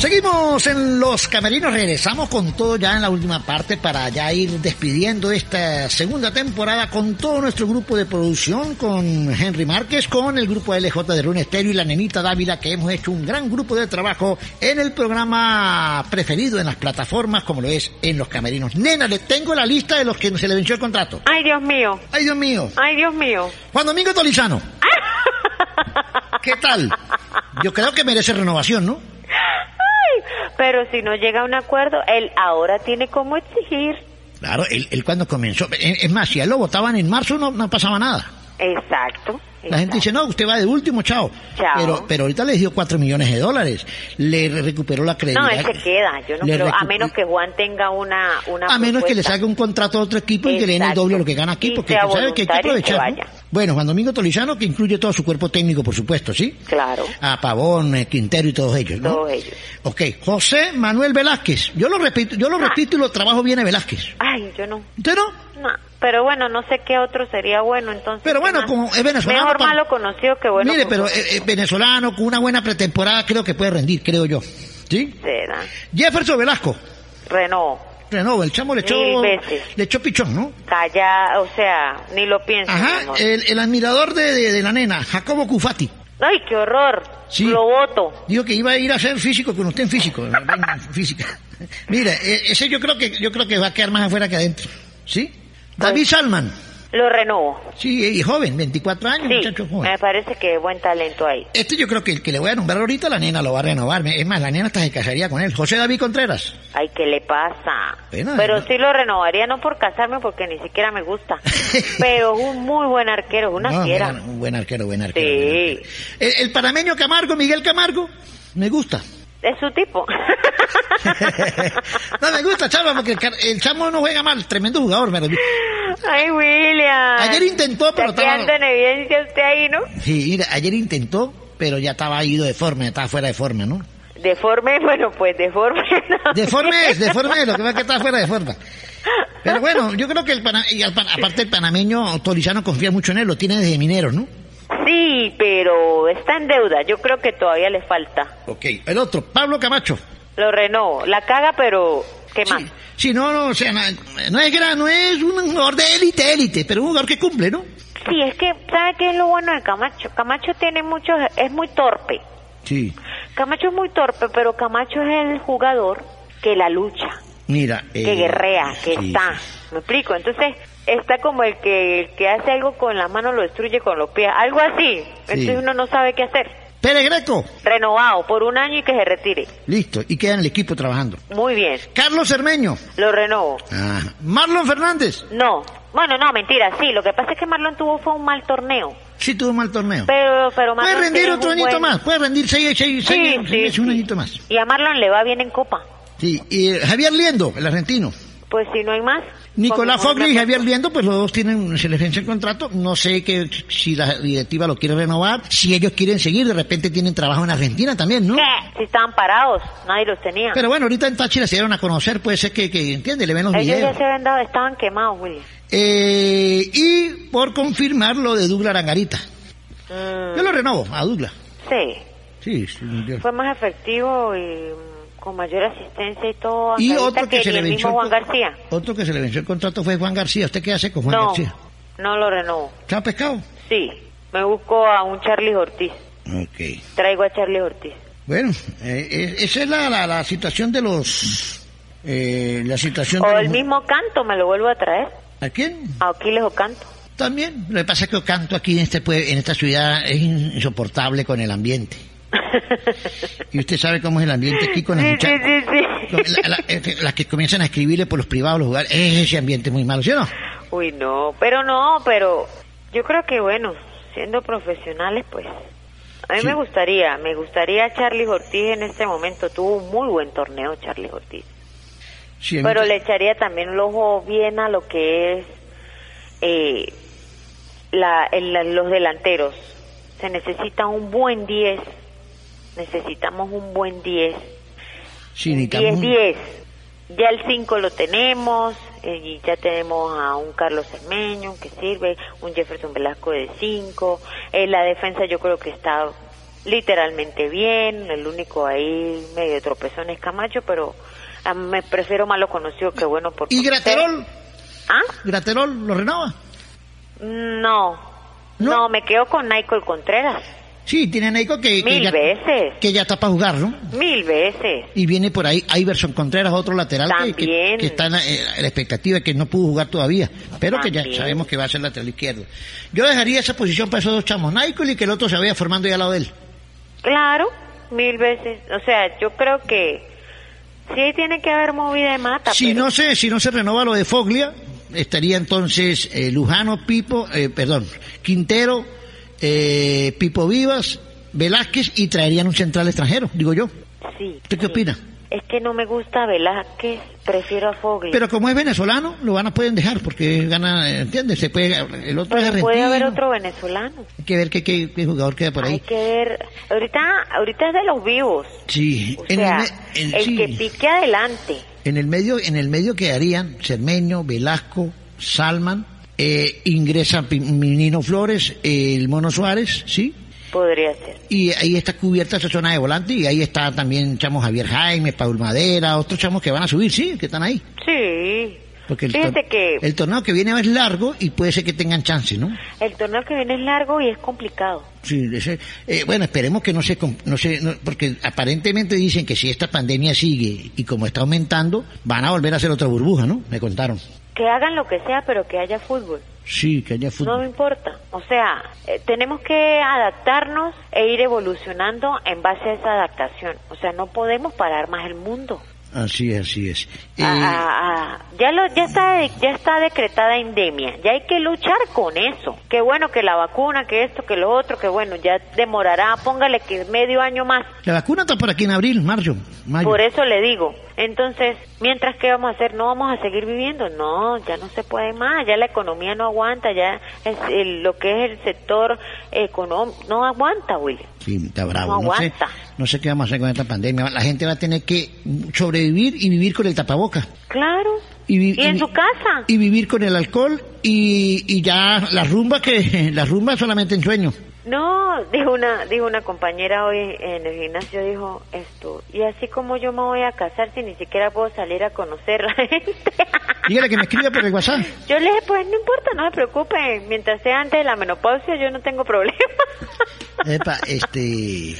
C: Seguimos en los camerinos, regresamos con todo ya en la última parte para ya ir despidiendo esta segunda temporada con todo nuestro grupo de producción, con Henry Márquez, con el grupo LJ de Rune Estéreo y la nenita Dávila, que hemos hecho un gran grupo de trabajo en el programa preferido en las plataformas, como lo es en los camerinos. Nena, le tengo la lista de los que se le venció el contrato.
H: Ay, Dios mío.
C: Ay, Dios mío.
H: Ay, Dios mío.
C: Juan Domingo
H: *laughs*
C: Tolizano. ¿Qué tal? Yo creo que merece renovación, ¿no?
H: Ay, pero si no llega a un acuerdo, él ahora tiene cómo exigir.
C: Claro, él, él cuando comenzó. eh, Es más, si a él lo votaban en marzo, no, no pasaba nada.
H: Exacto.
C: La gente dice, no, usted va de último, chao.
H: Chao.
C: Pero, pero ahorita les dio 4 millones de dólares. Le re- recuperó la
H: No,
C: credibilidad.
H: él se queda. Yo no
C: Le
H: creo, a
C: recu-
H: menos que Juan tenga una. una
C: A menos que le
H: propuesta.
C: saque un contrato a otro equipo y que le den el
H: Exacto.
C: doble de lo que gana aquí,
H: Y
C: porque
H: sea
C: tú sabes que hay que
H: voluntario y que
C: aprovechar. ¿no?
H: vaya.
C: Bueno, Juan Domingo Tolizano, que incluye todo su cuerpo técnico, por supuesto, ¿sí?
H: Claro.
C: A Pavón, eh, Quintero y todos ellos, ¿no?
H: Todos ellos.
C: Ok, José Manuel Velázquez. Yo lo repito, yo lo repito y lo trabajo bien a Velázquez.
H: Ah. Ay, yo no.
C: ¿Usted no?
H: No, pero bueno, no sé qué otro sería bueno entonces.
C: Pero bueno,
H: ¿qué más?
C: como es venezolano,
H: Mejor
C: pa-
H: malo conocido que Ah. bueno.
C: Mire, pero
H: conocido.
C: eh, eh, venezolano, con una buena pretemporada, creo que puede rendir, creo yo. ¿Sí?
H: Será.
C: Jefferson Velasco.
H: Renault.
C: Renova, el chamo le echó,
H: Mil veces.
C: le echó pichón, ¿no?
H: Calla, o sea, ni lo pienso. mi
C: Ajá,
H: amor.
C: el, el admirador de, de- de la nena, Jacobo Cufati.
H: Ay, qué horror. Lo voto.
C: Dijo que iba a ir a ser físico con usted en físico, en *laughs* física. Mira, e- ese yo creo que yo creo que va a quedar más afuera que adentro, ¿sí? David Salman,
H: Lo renovo.
C: sí, y joven, 24 años,
H: Sí,
C: muchacho joven.
H: me parece que es buen talento ahí.
C: Este yo creo que el que le voy a nombrar ahorita, la nena lo va a renovar. Es más, la nena hasta se casaría con él. José David Contreras.
H: Ay, ¿qué le pasa?
C: Bueno,
H: pero
C: bueno.
H: sí lo renovaría, no por casarme, porque ni siquiera me gusta. pero es un muy buen arquero, es una
C: No,
H: fiera.
C: mira, un buen arquero, buen arquero.
H: Sí,
C: El, el panameño Camargo, Miguel Camargo, me gusta.
H: es su tipo.
C: *laughs* No me gusta, chamo, porque el, car- el chamo no juega mal, tremendo jugador. Pero...
H: Ay, William.
C: Ayer intentó, pero
H: Está quedando
C: estaba...
H: en evidencia usted ahí, ¿no?
C: Sí, mira, ayer intentó, pero ya estaba ido de forma, ya estaba fuera de forma, ¿no?
H: Deforme, *laughs* bueno, pues deforme. no.
C: Deforme es, deforme es, lo que pasa es que estaba fuera de forma. Pero bueno, yo creo que el pana- y al pan- aparte el panameño Tolizano confía mucho en él, lo tiene desde minero, ¿no?
H: Sí, pero está en deuda. Yo creo que todavía le falta.
C: Ok. El otro, Pablo Camacho.
H: Lo renovo. La caga, pero ¿qué más?
C: Sí, no, no, o sea, na- no, es gran, no es un jugador de élite, élite, pero un jugador que cumple, ¿no?
H: Sí, es que, ¿sabe qué es lo bueno de Camacho? Camacho tiene muchos, es muy torpe.
C: Sí.
H: Camacho es muy torpe, pero Camacho es el jugador que la lucha,
C: Mira.
H: que
C: eh,
H: guerrea, que
C: sí.
H: está. ¿Me explico? Entonces, está como el que, el que hace algo con las manos lo destruye con los pies. Algo así. Entonces uno no sabe qué hacer.
C: Pérez Greco,
H: Renovado por un año y que se retire.
C: listo, y queda en el equipo trabajando.
H: Muy bien.
C: Carlos Cermeño.
H: Lo renovo.
C: Ah, Marlon Fernández.
H: No. Bueno, no, mentira, sí. Lo que pasa es que Marlon tuvo fue un mal torneo.
C: Sí tuvo un mal torneo.
H: Pero, pero Marlon
C: Puede rendir
H: tiene
C: otro
H: un
C: añito
H: buen-
C: más, puede rendir seis, seis,
H: Sí,
C: seis,
H: sí,
C: meses, un
H: sí.
C: añito más.
H: Y a Marlon le va bien en Copa.
C: Sí, y eh, Javier Liendo, el argentino.
H: Pues si no hay más.
C: Nicolás
H: como-
C: Fogli y Javier Liendo, pues los dos tienen, se les vence el contrato. No sé que, si la directiva lo quiere renovar, si ellos quieren seguir, de repente tienen trabajo en Argentina también, ¿no?
H: ¿Qué? Si estaban parados, nadie los tenía.
C: Pero bueno, ahorita en Táchira se dieron a conocer, puede ser que, que entiende, le ven los
H: Ellos ya
C: videos.
H: se habían dado, estaban quemados, William.
C: Eh, y por confirmar lo de Douglas Arangarita.
H: Mm,
C: Yo lo renovo a Douglas.
H: sí,
C: Sí, sí, yo-
H: fue más efectivo y mm, con mayor asistencia y todo.
C: Y
H: Angarita,
C: otro que se le
H: el
C: venció
H: mismo
C: el
H: Juan
C: co-
H: García.
C: Otro que se le venció el contrato fue Juan García. ¿Usted qué hace con Juan
H: no,
C: García?
H: no lo renovó.
C: ¿Chao pescado?
H: Sí, me busco a un Charlie Ortiz.
C: Ok.
H: Traigo a Charlie Ortiz.
C: Bueno, eh, eh, esa es la, la, la situación de los... eh, la situación
H: O
C: de
H: el
C: los-
H: mismo canto, me lo vuelvo a traer.
C: ¿A quién?
H: A Aquiles o canto.
C: También. Lo que pasa es que canto aquí en, este, pue- en esta ciudad es in- insoportable con el ambiente.
H: *laughs*
C: y usted sabe cómo es el ambiente aquí con las
H: Sí, sí,
C: muchachas.
H: sí, sí.
C: con la- la- eh, Las que comienzan a escribirle por los privados, los lugares. Es ese ambiente muy malo, ¿sí o no?
H: Uy, no, pero no, pero yo creo que bueno, siendo profesionales, pues. A mí me gustaría, me gustaría Charlie Ortiz en este momento. Tuvo un muy buen torneo Charlie Ortiz.
C: Sí, hay
H: Pero
C: mucha-
H: le echaría también el ojo bien a lo que es eh, la, el- la- los delanteros. Se necesita un buen 10. Necesitamos un buen 10.
C: sí, necesitamos un-
H: 10-10. Ya el 5 lo tenemos, eh, y ya tenemos a un Carlos Cermeño que sirve, un Jefferson Velasco de 5. la defensa yo creo que está
B: literalmente bien, el único ahí medio tropezón es Camacho, pero ah, me prefiero malo conocido que bueno por
C: ¿Y
H: ¿Eh?
C: Graterol?
B: ¿Ah?
C: ¿Graterol lo renova?
B: No, no, me quedo con Michael Contreras,
C: Sí, tiene Neico que, que
B: Mil
C: ya,
B: veces.
C: que ya está para jugar, ¿no?
B: mil veces.
C: Y viene por ahí Iverson Contreras, otro lateral que- que,
B: También.
C: que está en la, eh, la expectativa, que no pudo jugar todavía, pero que ya
B: También.
C: sabemos que va a ser lateral izquierdo. Yo dejaría esa posición para esos dos chamos, Michael y que el otro se vaya formando ya al lado de él.
B: Claro, mil veces. O sea, yo creo que sí tiene que haber movida de mata.
C: Si no se, si no se renova lo de Foglia, estaría entonces eh, Lujano, Pipo, eh, perdón, Quintero, eh, Pipo Vivas, Velázquez y traerían un central extranjero, digo yo.
B: Sí.
C: ¿Usted qué opina?
B: Es que no me gusta Velázquez, prefiero a Fogli.
C: Pero como es venezolano, lo van a pueden dejar porque gana, eh, ¿entiendes? Se puede, el otro es argentino.
J: pues,
B: Puede haber otro venezolano.
C: Hay que ver qué, qué- qué jugador queda por
B: Hay
C: ahí.
B: que ver. Ahorita, ahorita es de los vivos.
C: Sí,
B: O
C: en,
B: sea,
C: el, me- en-
B: el
C: sí,
B: que pique adelante.
C: en el medio, en el medio quedarían Cermeño, Velasco, Salman, eh, ingresa Pi- Menino Flores, eh, el Mono Suárez, ¿sí?
B: Podría ser.
C: Y ahí está cubierta esa zona de volante y ahí está también chamo Javier Jaime, Paul Madera, otros chamos que van a subir, sí, que están ahí.
B: Sí.
C: Porque el,
B: Fíjate
C: tor-
B: que-
C: el torneo que viene es largo y puede ser que tengan chance, ¿no?
B: El torneo que viene es largo y es complicado.
C: Sí, ese- eh, bueno, esperemos que no se, com- no se, no- porque aparentemente dicen que si esta pandemia sigue y como está aumentando, van a volver a hacer otra burbuja, ¿no? Me contaron.
B: Que hagan lo que sea, pero que haya fútbol.
C: Sí, que haya
B: No
C: fútbol.
B: me importa. O sea, eh, tenemos que adaptarnos e ir evolucionando en base a esa adaptación. O sea, no podemos parar más el mundo.
C: Así es, así es. Eh,
B: Ah, ah, ah. Ya lo, ya está, de- ya está decretada endemia. Ya hay que luchar con eso. Qué bueno que la vacuna, que esto, que lo otro, que bueno, ya demorará. Póngale que medio año más.
C: la vacuna está por aquí en abril, marzo. mayo.
B: Por eso le digo. Entonces, mientras que vamos a hacer, no vamos a seguir viviendo. No, ya no se puede más. Ya la economía no aguanta. Ya es el- lo que es el sector económico no aguanta, William.
C: Sí, está bravo.
B: No
C: No, sé,
B: aguanta.
C: no sé qué vamos a hacer con esta pandemia. La gente va a tener que sobrevivir y vivir con el tapaboca.
B: Claro.
C: Y, vi-
B: Y en
C: y-
B: su casa.
C: Y vivir con el alcohol y, y ya la rumba que *laughs* la rumba solamente en sueño.
B: No, dijo una, dijo una compañera hoy en el gimnasio, dijo esto, y así como yo me voy a casar si ni siquiera puedo salir a conocer a la gente. *laughs*
C: Dígale que me escriba por el WhatsApp.
B: Yo le dije, pues no importa, no se preocupen, mientras sea antes de la menopausia yo no tengo problema. *laughs*
C: Epa, este,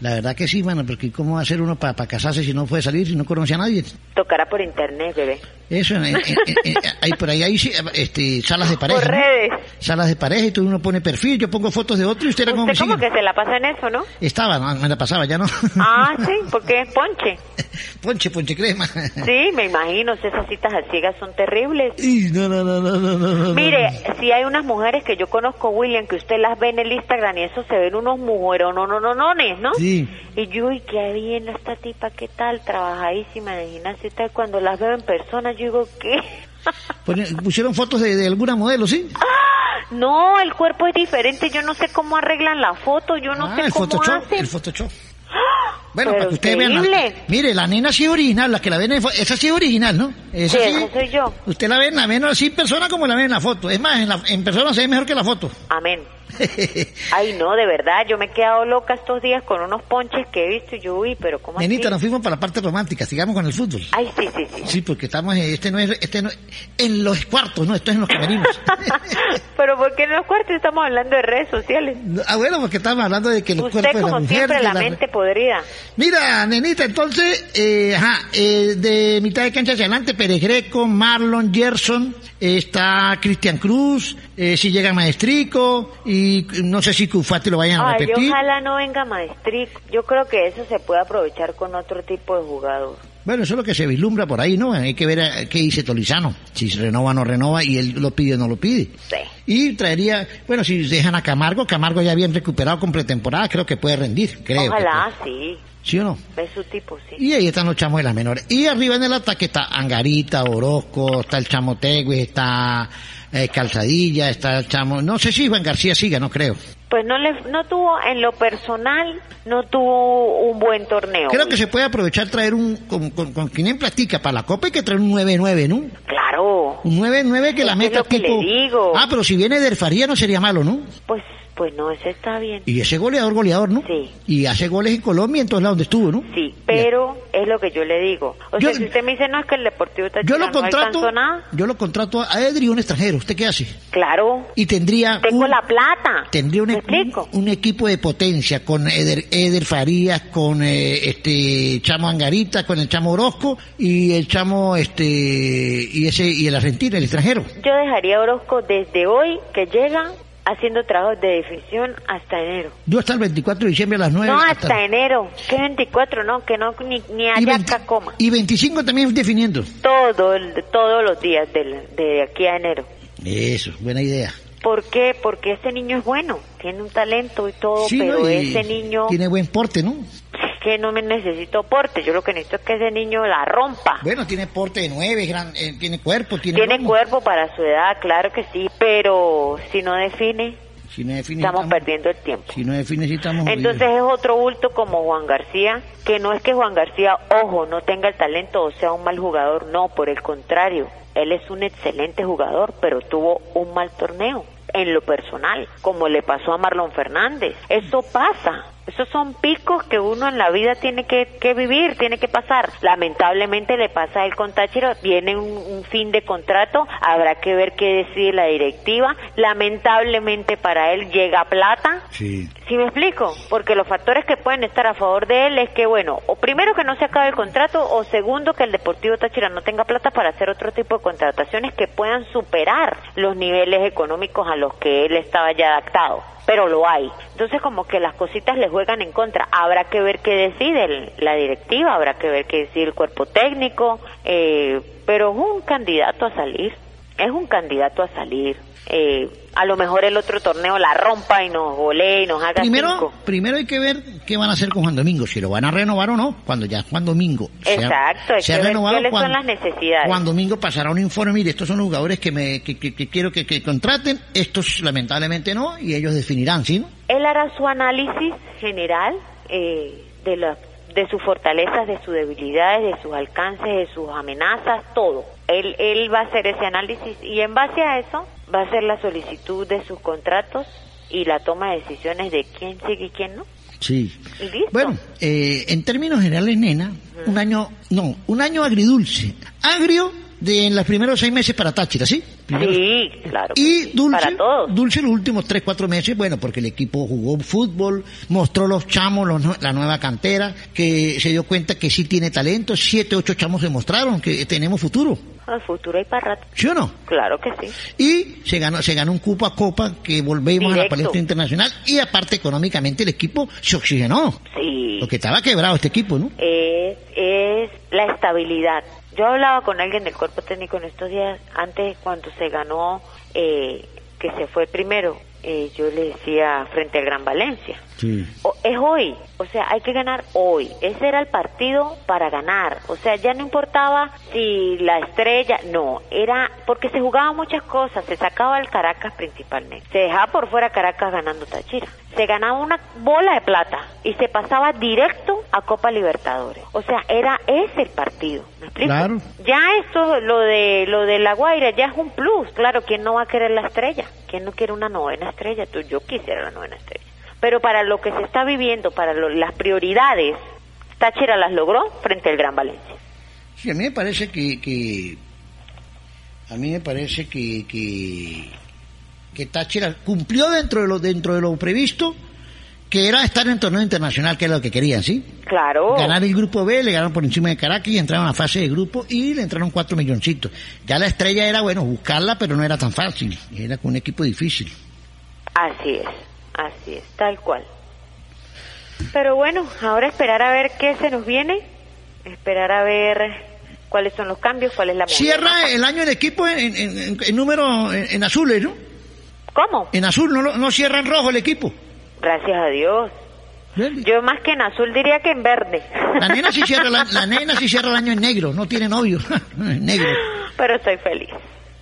C: la verdad que sí, mano, porque ¿cómo va a ser uno para casarse si no puede salir, si no conoce a nadie?
B: Tocará por internet, bebé.
C: Eso, en- en- en- en- hay por ahí hay sí, este, salas de pareja.
B: Por
C: ¿no?
B: redes.
C: Salas de pareja y tú uno pone perfil, yo pongo fotos de otro y usted era como
B: Usted
C: me
B: como
C: sigue.
B: que se la pasa en eso, ¿no?
C: Estaba, no, me la pasaba, ya no.
B: *laughs* Ah, sí, porque es ponche.
C: *laughs* ponche, ponche crema. *laughs*
B: Sí, me imagino, esas citas a ciegas son terribles.
C: Y no, no, no, no, no, no, no.
B: Mire, si hay unas mujeres que yo conozco, William, que usted las ve en el Instagram y eso se ven unos mujeres, no, no, no, no, ¿no?
C: Sí.
B: Y yo, y qué bien esta tipa, qué tal, trabajadísima en el gimnasio y tal. Cuando las veo en persona, yo digo, ¿qué?
C: Pone- pusieron fotos de, de alguna modelo, ¿sí?
B: No, el cuerpo es diferente, yo no sé cómo arreglan la foto, yo no
C: ah,
B: sé
C: el
B: cómo
C: Photoshop,
B: hacen. *gasps*
C: el Photoshop.
B: Pero
C: Bueno, para que ustedes vean. la-
B: increíble.
C: mire, la nena sí es original, la que la ven en fo- esa sí es original, ¿no? Esa
B: Sí,
C: sí-
B: esa soy yo.
C: Usted la ve, la ven así en persona como la ven en la foto. Es más, en, la- en persona se ve mejor que la foto.
B: Amén. Ay, no, de verdad, yo me he quedado loca estos días con unos ponches que he visto y yo, uy, pero ¿cómo
C: Nenita,
B: así?
C: nos fuimos para la parte romántica, sigamos con el fútbol.
B: Ay, sí, sí, sí.
C: Sí, porque estamos, en- este no es, este no, en los cuartos, no, esto es en los camerinos.
B: *laughs* Pero ¿por qué en los cuartos estamos hablando de redes sociales?
C: ah, bueno, porque estamos hablando de que los
B: Usted,
C: cuerpos de
B: como
C: las mujeres.
B: siempre,
C: de
B: la
C: la-
B: mente podrida.
C: Mira, nenita, entonces, eh, ajá, eh, de mitad de cancha hacia adelante, Pérez Greco, Marlon, Gerson, eh, está Cristian Cruz, eh, si llega Maestrico, y no sé si Cufati lo vayan a
B: Ay,
C: repetir.
B: ojalá no venga maestrico. Yo creo que eso se puede aprovechar con otro tipo de jugador.
C: Bueno, eso es lo que se vislumbra por ahí, ¿no? Hay que ver eh, qué dice Tolizano, si se renova o no renova, y él lo pide o no lo pide.
B: Sí.
C: Y traería, bueno, si dejan a Camargo, Camargo ya bien recuperado con pretemporada, creo que puede rendir, creo. que
B: ojalá,
C: puede.
B: sí.
C: ¿Sí o no?
B: Es su tipo, sí.
C: Y ahí están los chamos de las menores. Y arriba en el ataque está Angarita, Orozco, está el chamo Tegues, está eh, Calzadilla, está el chamo... No sé si Juan García siga, no creo.
B: Pues no le, no tuvo, en lo personal, no tuvo un buen torneo.
C: Creo que se puede aprovechar traer un... Con, con, con quien en platica para la Copa hay que traer un 9-9, ¿no?
B: Claro.
C: Un 9-9 que la
B: Es
C: meta
B: lo que le
C: tipo...
B: digo.
C: Ah, pero si viene del Faría no sería malo, ¿no?
B: Pues Pues no, ese está bien.
C: Y ese goleador, goleador, ¿no?
B: Sí.
C: Y hace goles en Colombia, en todos lados donde estuvo, ¿no?
B: Sí, pero es lo que yo le digo. O sea, si usted me dice, no, es que el Deportivo está
C: Yo lo
B: Pues no
C: contrato.
B: alcanzó nada,
C: Yo lo contrato a Edri, un extranjero. ¿Usted qué hace?
B: claro,
C: Y tendría
B: tengo
C: un-
B: la plata.
C: tendría un, un- un equipo de potencia con Eder, Eder Farías, con eh, este Chamo Angarita, con el Chamo Orozco y el Chamo este y ese y el argentino, el extranjero.
B: Yo dejaría a Orozco desde hoy que llega haciendo trabajos de definición hasta enero.
C: Yo hasta el 24 de diciembre a las 9
B: No, hasta enero. Que 24, no, que no, ni, ni ayaca coma.
C: y 25 también definiendo.
B: Todo, el- todos los días del, de aquí a enero.
C: Eso, buena idea.
B: ¿Por qué? Porque ese niño es bueno, tiene un talento y todo,
C: Sí,
B: pero
C: ¿no? Y
B: ese niño
C: tiene buen porte, ¿no?
B: que no me necesito porte, yo lo que necesito es que ese niño la rompa.
C: Bueno, tiene porte de 9, gran, eh, tiene cuerpo, tiene
B: Tiene
C: lomo.
B: cuerpo para su edad, claro que sí, pero si no define,
C: Si no define,
B: estamos
C: estamos-
B: perdiendo el tiempo.
C: si no define, sí estamos jodidos.
B: Entonces es otro bulto como Juan García, que no es que Juan García, ojo, no tenga el talento o sea un mal jugador, no, por el contrario, él es un excelente jugador, pero tuvo un mal torneo en lo personal, como le pasó a Marlon Fernández. Eso pasa. Esos son picos que uno en la vida tiene que, que vivir, tiene que pasar. Lamentablemente le pasa a él con Táchira, viene un, un fin de contrato, habrá que ver qué decide la directiva. Lamentablemente para él llega plata,
C: Sí.
B: si me explico? Porque los factores que pueden estar a favor de él es que, bueno, o primero que no se acabe el contrato, o segundo que el Deportivo Táchira no tenga plata para hacer otro tipo de contrataciones que puedan superar los niveles económicos a los que él estaba ya adaptado. Pero lo hay. Entonces, como que las cositas le juegan en contra. Habrá que ver qué decide el- la directiva, habrá que ver qué decide el cuerpo técnico, eh, pero es un candidato a salir. Es un candidato a salir. Eh, a lo mejor el otro torneo la rompa y nos golee y nos haga
C: Primero,
B: cinco.
C: primero hay que ver qué van a hacer con Juan Domingo, si lo van a renovar o no, cuando ya Juan Domingo sea-
B: Exacto, hay
C: sea
B: que ver
C: renovado
B: cuáles son
C: cuando-
B: las necesidades.
C: Juan Domingo pasará un informe, mire, estos son los jugadores que, me, que, que- que quiero que, que contraten, estos lamentablemente no, y ellos definirán, ¿sí? no?
B: Él hará su análisis general eh, de, la- de sus fortalezas, de sus debilidades, de sus alcances, de sus amenazas, todo. Él, él va a hacer ese análisis y en base a eso va a hacer la solicitud de sus contratos y la toma de decisiones de quién sigue y quién no.
C: Sí.
B: Y listo.
C: Bueno, eh, en términos generales, nena, un año, no, un año agridulce, agrio de en los primeros seis meses para Táchira, ¿sí? Primeros-
B: Sí, claro. que
C: Y
B: sí,
C: Dulce,
B: Para todos.
C: Dulce los últimos 3, 4 meses, bueno, porque el equipo jugó fútbol, mostró los chamos, los nue- la nueva cantera, que se dio cuenta que sí tiene talento, 7, 8 chamos demostraron que tenemos futuro,
B: El Ah, futuro hay para rato.
C: ¿sí o no?
B: Claro que sí.
C: Y se ganó, se ganó un cupo a Copa que volvemos a la
B: Directo.
C: palestra internacional y aparte económicamente el equipo se oxigenó,
B: Sí.
C: porque estaba quebrado este equipo, ¿no?
B: es, es la estabilidad. Yo hablaba con alguien del cuerpo técnico en estos días, antes cuando se ganó, eh, que se fue primero, eh, yo le decía frente al Gran Valencia.
C: Sí.
B: O- es hoy, o sea, hay que ganar hoy. Ese era el partido para ganar. O sea, ya no importaba si la estrella, no, era porque se jugaban muchas cosas, se sacaba el Caracas principalmente. Se dejaba por fuera Caracas ganando Táchira. Se ganaba una bola de plata y se pasaba directo a Copa Libertadores. O sea, era ese el partido. ¿Me explico?
C: Claro.
B: Ya esto, lo de lo de La Guaira, ya es un plus. Claro, ¿quién no va a querer la estrella? ¿Quién no quiere una novena estrella? Tú, yo quisiera la novena estrella. Pero para lo que se está viviendo, para lo- las prioridades, Táchira las logró frente al Gran Valencia.
C: Sí, a mí me parece que, que- a mí me parece que, que que Táchira cumplió dentro de lo dentro de lo previsto que era estar en torneo internacional que era lo que querían, ¿sí?
B: Claro.
C: Ganar el grupo B, le ganaron por encima de Caracas y entraron a la fase de grupo y le entraron cuatro milloncitos. Ya la estrella era bueno buscarla, pero no era tan fácil, era con un equipo difícil.
B: Así es, así es, tal cual. Pero bueno, ahora esperar a ver qué se nos viene, esperar a ver cuáles son los cambios, cuál es la movida.
C: Cierra el año el equipo en, en- en- en número en, en azules, ¿no?
B: ¿Cómo?
C: En azul, no, lo- no cierra en rojo el equipo.
B: Gracias a Dios. Yo más que en azul diría que en verde.
C: La nena sí cierra, la, la nena sí cierra el año en negro, no tiene novio, *laughs* en negro.
B: Pero estoy feliz.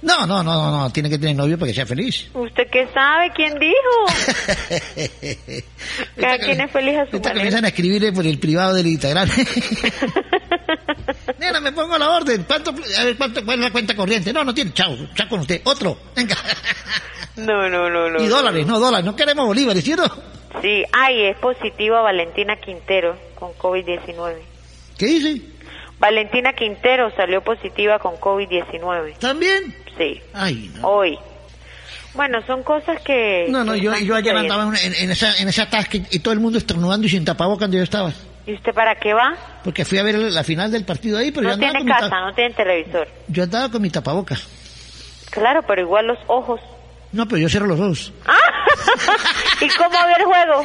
C: No, no, no, no, no, tiene que tener novio para que sea feliz.
B: ¿Usted qué sabe? ¿Quién
C: *laughs*
B: dijo? Cada quien es feliz a su
C: Ahorita
B: manera.
C: comienzan a escribirle por el privado del Instagram. *laughs* Nena, me pongo la orden. ¿Cuánto, a ver, cuánto, cuál es la cuenta corriente? No, no tiene. Chao, chao con usted. Otro. Venga.
H: No, no, no, no.
C: Y dólares, no dólares. No queremos bolívares, ¿cierto?
H: Sí, ay, es positiva Valentina Quintero con COVID-19.
C: ¿Qué dice?
H: Valentina Quintero salió positiva con COVID-19.
C: ¿También?
H: Sí.
C: Ay, no.
H: Hoy. Bueno, son cosas que...
C: No, no,
H: que
C: yo,
H: están
C: yo ayer
H: sucediendo.
C: andaba en, en esa, en esa tasca y, y todo el mundo estornudando y sin tapabocas cuando yo estaba.
H: ¿Y usted para qué va?
C: Porque fui a ver la final del partido ahí, pero yo
H: No
C: andaba
H: tiene
C: con mi
H: casa,
C: ta-
H: no tiene televisor.
C: yo andaba con mi tapabocas.
H: Claro, pero igual los ojos.
C: No, pero yo cierro los ojos. *laughs*
H: ¿Y cómo vio el juego?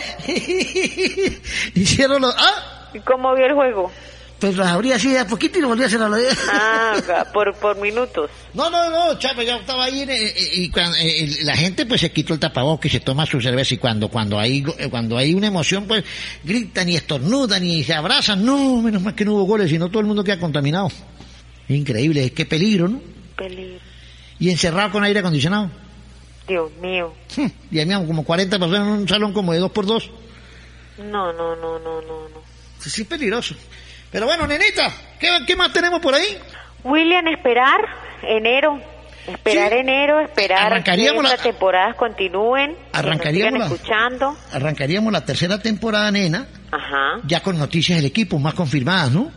C: Y cierro los... ¡Ah!
H: ¿Y cómo vio el juego?
C: Pues las abrí así de a poquito y lo volví a cerrar.
H: Ah, ca- por, por minutos.
C: No, no, no, chapo, yo estaba ahí en- eh, eh, y cuando, eh, el- la gente pues se quitó el tapabocas y se toma su cerveza y cuando cuando hay eh, cuando hay una emoción pues gritan y estornudan y se abrazan. No, menos mal que no hubo goles, sino todo el mundo queda contaminado. Increíble, qué peligro, ¿no?
H: Peligro.
C: Y encerrado con aire acondicionado.
H: Dios mío.
C: Hm, Y había como 40 personas en un salón como de dos por dos.
H: No, no, no, no, no, no.
C: Sí, es peligroso. Pero bueno, nenita, ¿qué, qué más tenemos por ahí?
H: William, esperar enero. Esperar enero, esperar que
C: Arrancaríamos la-
H: estas temporadas continúen.
C: Arrancaríamos
H: Que
C: la-
H: nos sigan escuchando.
C: Arrancaríamos la tercera temporada, nena,
H: Ajá.
C: ya con noticias del equipo más confirmadas, ¿no?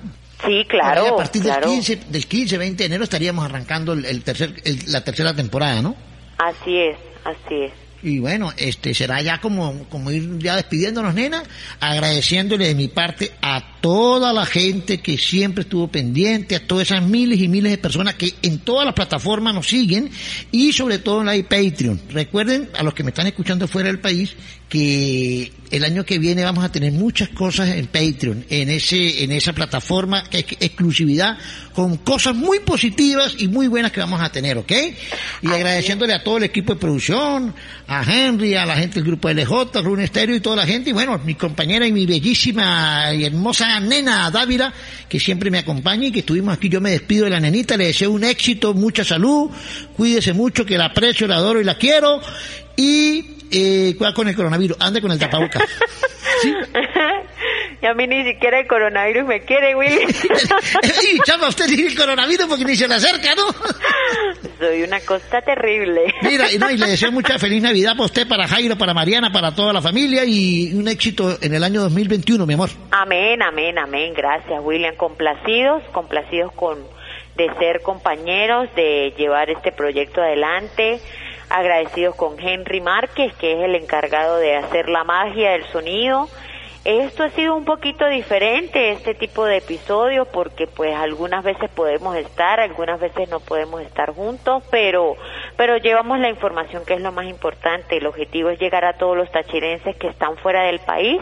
H: Sí,
C: Ahí
H: claro.
C: a partir
H: claro.
C: del, 15, del 15, 20 de enero estaríamos arrancando el, el tercer, el- la tercera temporada, ¿no?
H: Así es, así es.
C: Y bueno, este será ya como, como ir ya despidiéndonos, nena, agradeciéndole de mi parte a toda la gente que siempre estuvo pendiente, a todas esas miles y miles de personas que en todas las plataformas nos siguen y sobre todo en la de Patreon. Recuerden a los que me están escuchando fuera del país que el año que viene vamos a tener muchas cosas en Patreon, en ese en esa plataforma que es exclusividad con cosas muy positivas y muy buenas que vamos a tener, ¿ok? Y agradeciéndole a todo el equipo de producción, a Henry, a la gente del grupo LJ, Rune Estéreo y toda la gente y bueno, mi compañera y mi bellísima y hermosa nena Dávila que siempre me acompaña y que estuvimos aquí. Yo me despido de la nenita, le deseo un éxito, mucha salud, cuídese mucho, que la aprecio, la adoro y la quiero y eh, cuidado con el coronavirus, ande con el tapabocas.
H: Y a mí ni siquiera el coronavirus me quiere, William.
C: y chama, usted tiene el coronavirus porque ni se le acerca, ¿no?
H: Soy una cosa terrible.
C: Mira, y, no, y le deseo mucha feliz Navidad para usted, para Jairo, para Mariana, para toda la familia y un éxito en el año 2021, mi amor.
H: Amén, amén, amén. Gracias, William. Complacidos, complacidos con de ser compañeros, de llevar este proyecto adelante. Agradecidos con Henry Márquez, que es el encargado de hacer la magia del sonido. Esto ha sido un poquito diferente, este tipo de episodios, porque pues algunas veces podemos estar, algunas veces no podemos estar juntos, pero, pero llevamos la información que es lo más importante. El objetivo es llegar a todos los tachirenses que están fuera del país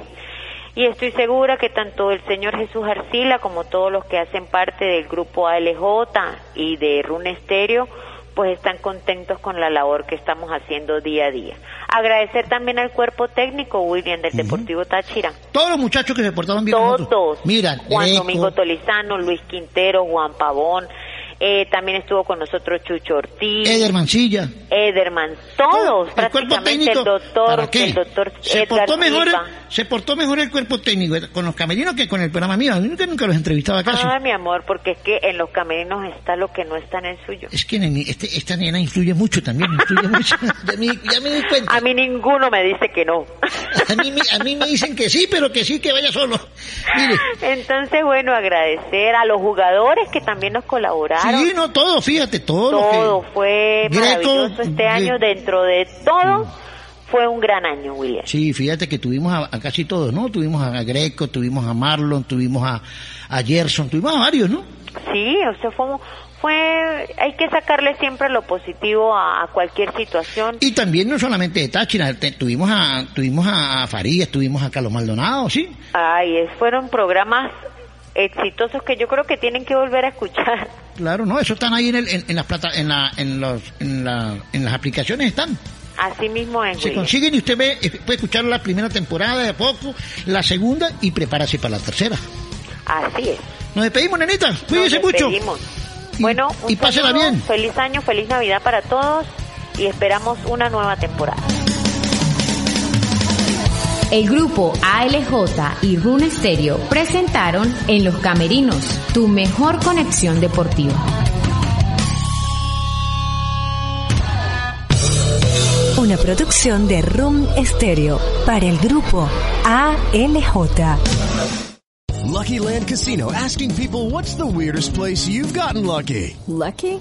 H: y estoy segura que tanto el señor Jesús Arcila como todos los que hacen parte del grupo ALJ y de Rune Estéreo, pues están contentos con la labor que estamos haciendo día a día. Agradecer también al cuerpo técnico, William, del Deportivo Táchira.
C: Todos los muchachos que se portaron bien. con nosotros.
H: Todos.
C: Mira,
H: Juan
C: Greco,
H: Domingo Tolizano, Luis Quintero, Juan Pavón. eh, también estuvo con nosotros Chucho Ortiz.
C: Eder Mancilla.
H: Ederman, todos,
C: El cuerpo
H: prácticamente
C: técnico.
H: el doctor,
C: ¿para qué?
H: el doctor
C: se,
H: Edgar
C: portó mejor,
H: Silva.
C: se portó mejor el cuerpo técnico eh, con los camerinos que con el programa mío. A mí nunca, nunca los entrevistaba casi.
H: Ay, Ah, mi amor, porque es que en los camerinos está lo que no está en el suyo.
C: Es que nene, este- esta nena influye mucho también, influye
H: *laughs*
C: mucho. Ya me, ya me di cuenta.
H: A mí ninguno me dice que no.
C: A mí, me- a mí me dicen que sí, pero que sí, que vaya solo. Mire,
H: *laughs* Entonces, bueno, agradecer a los jugadores que también nos colaboraron.
C: sí, no, todo, fíjate, todo. lo que-
H: todo fue
C: Greco,
H: maravilloso este
C: Gre-
H: año. Dentro de todo,
C: Mm.
H: fue un gran año, William.
C: Sí, fíjate que tuvimos a, a casi todos, ¿no? Tuvimos a Greco, tuvimos a Marlon, tuvimos a, a Gerson, tuvimos a varios, ¿no?
H: Sí, o sea, fue, fue- hay que sacarle siempre lo positivo a, a cualquier situación.
C: Y también no solamente de Táchira, te- tuvimos a tuvimos a Farías, tuvimos a Carlos Maldonado, ¿sí?
H: Ay, es- fueron programas exitosos que yo creo que tienen que volver a escuchar.
C: Claro, no, eso están ahí en, el- en, en las plata, en la, en los, en la, en las aplicaciones están.
H: Así mismo es,
C: Se
H: William.
C: consiguen y usted ve, eh, puede escuchar la primera temporada de a poco, la segunda y prepárase para la tercera.
H: Así es.
C: Nos despedimos, nenita,
H: Nos
C: cuídese mucho.
H: despedimos. Bueno, un
C: y pásela
H: saludo,
C: bien.
H: Feliz año, feliz Navidad para todos y esperamos una nueva temporada.
J: el grupo ALJ y Rune Stereo presentaron En los Camerinos, tu mejor conexión deportiva.
B: Una producción de Room Stereo para el grupo ALJ.
L: Lucky Land Casino asking people what's the weirdest place you've gotten lucky?
A: Lucky?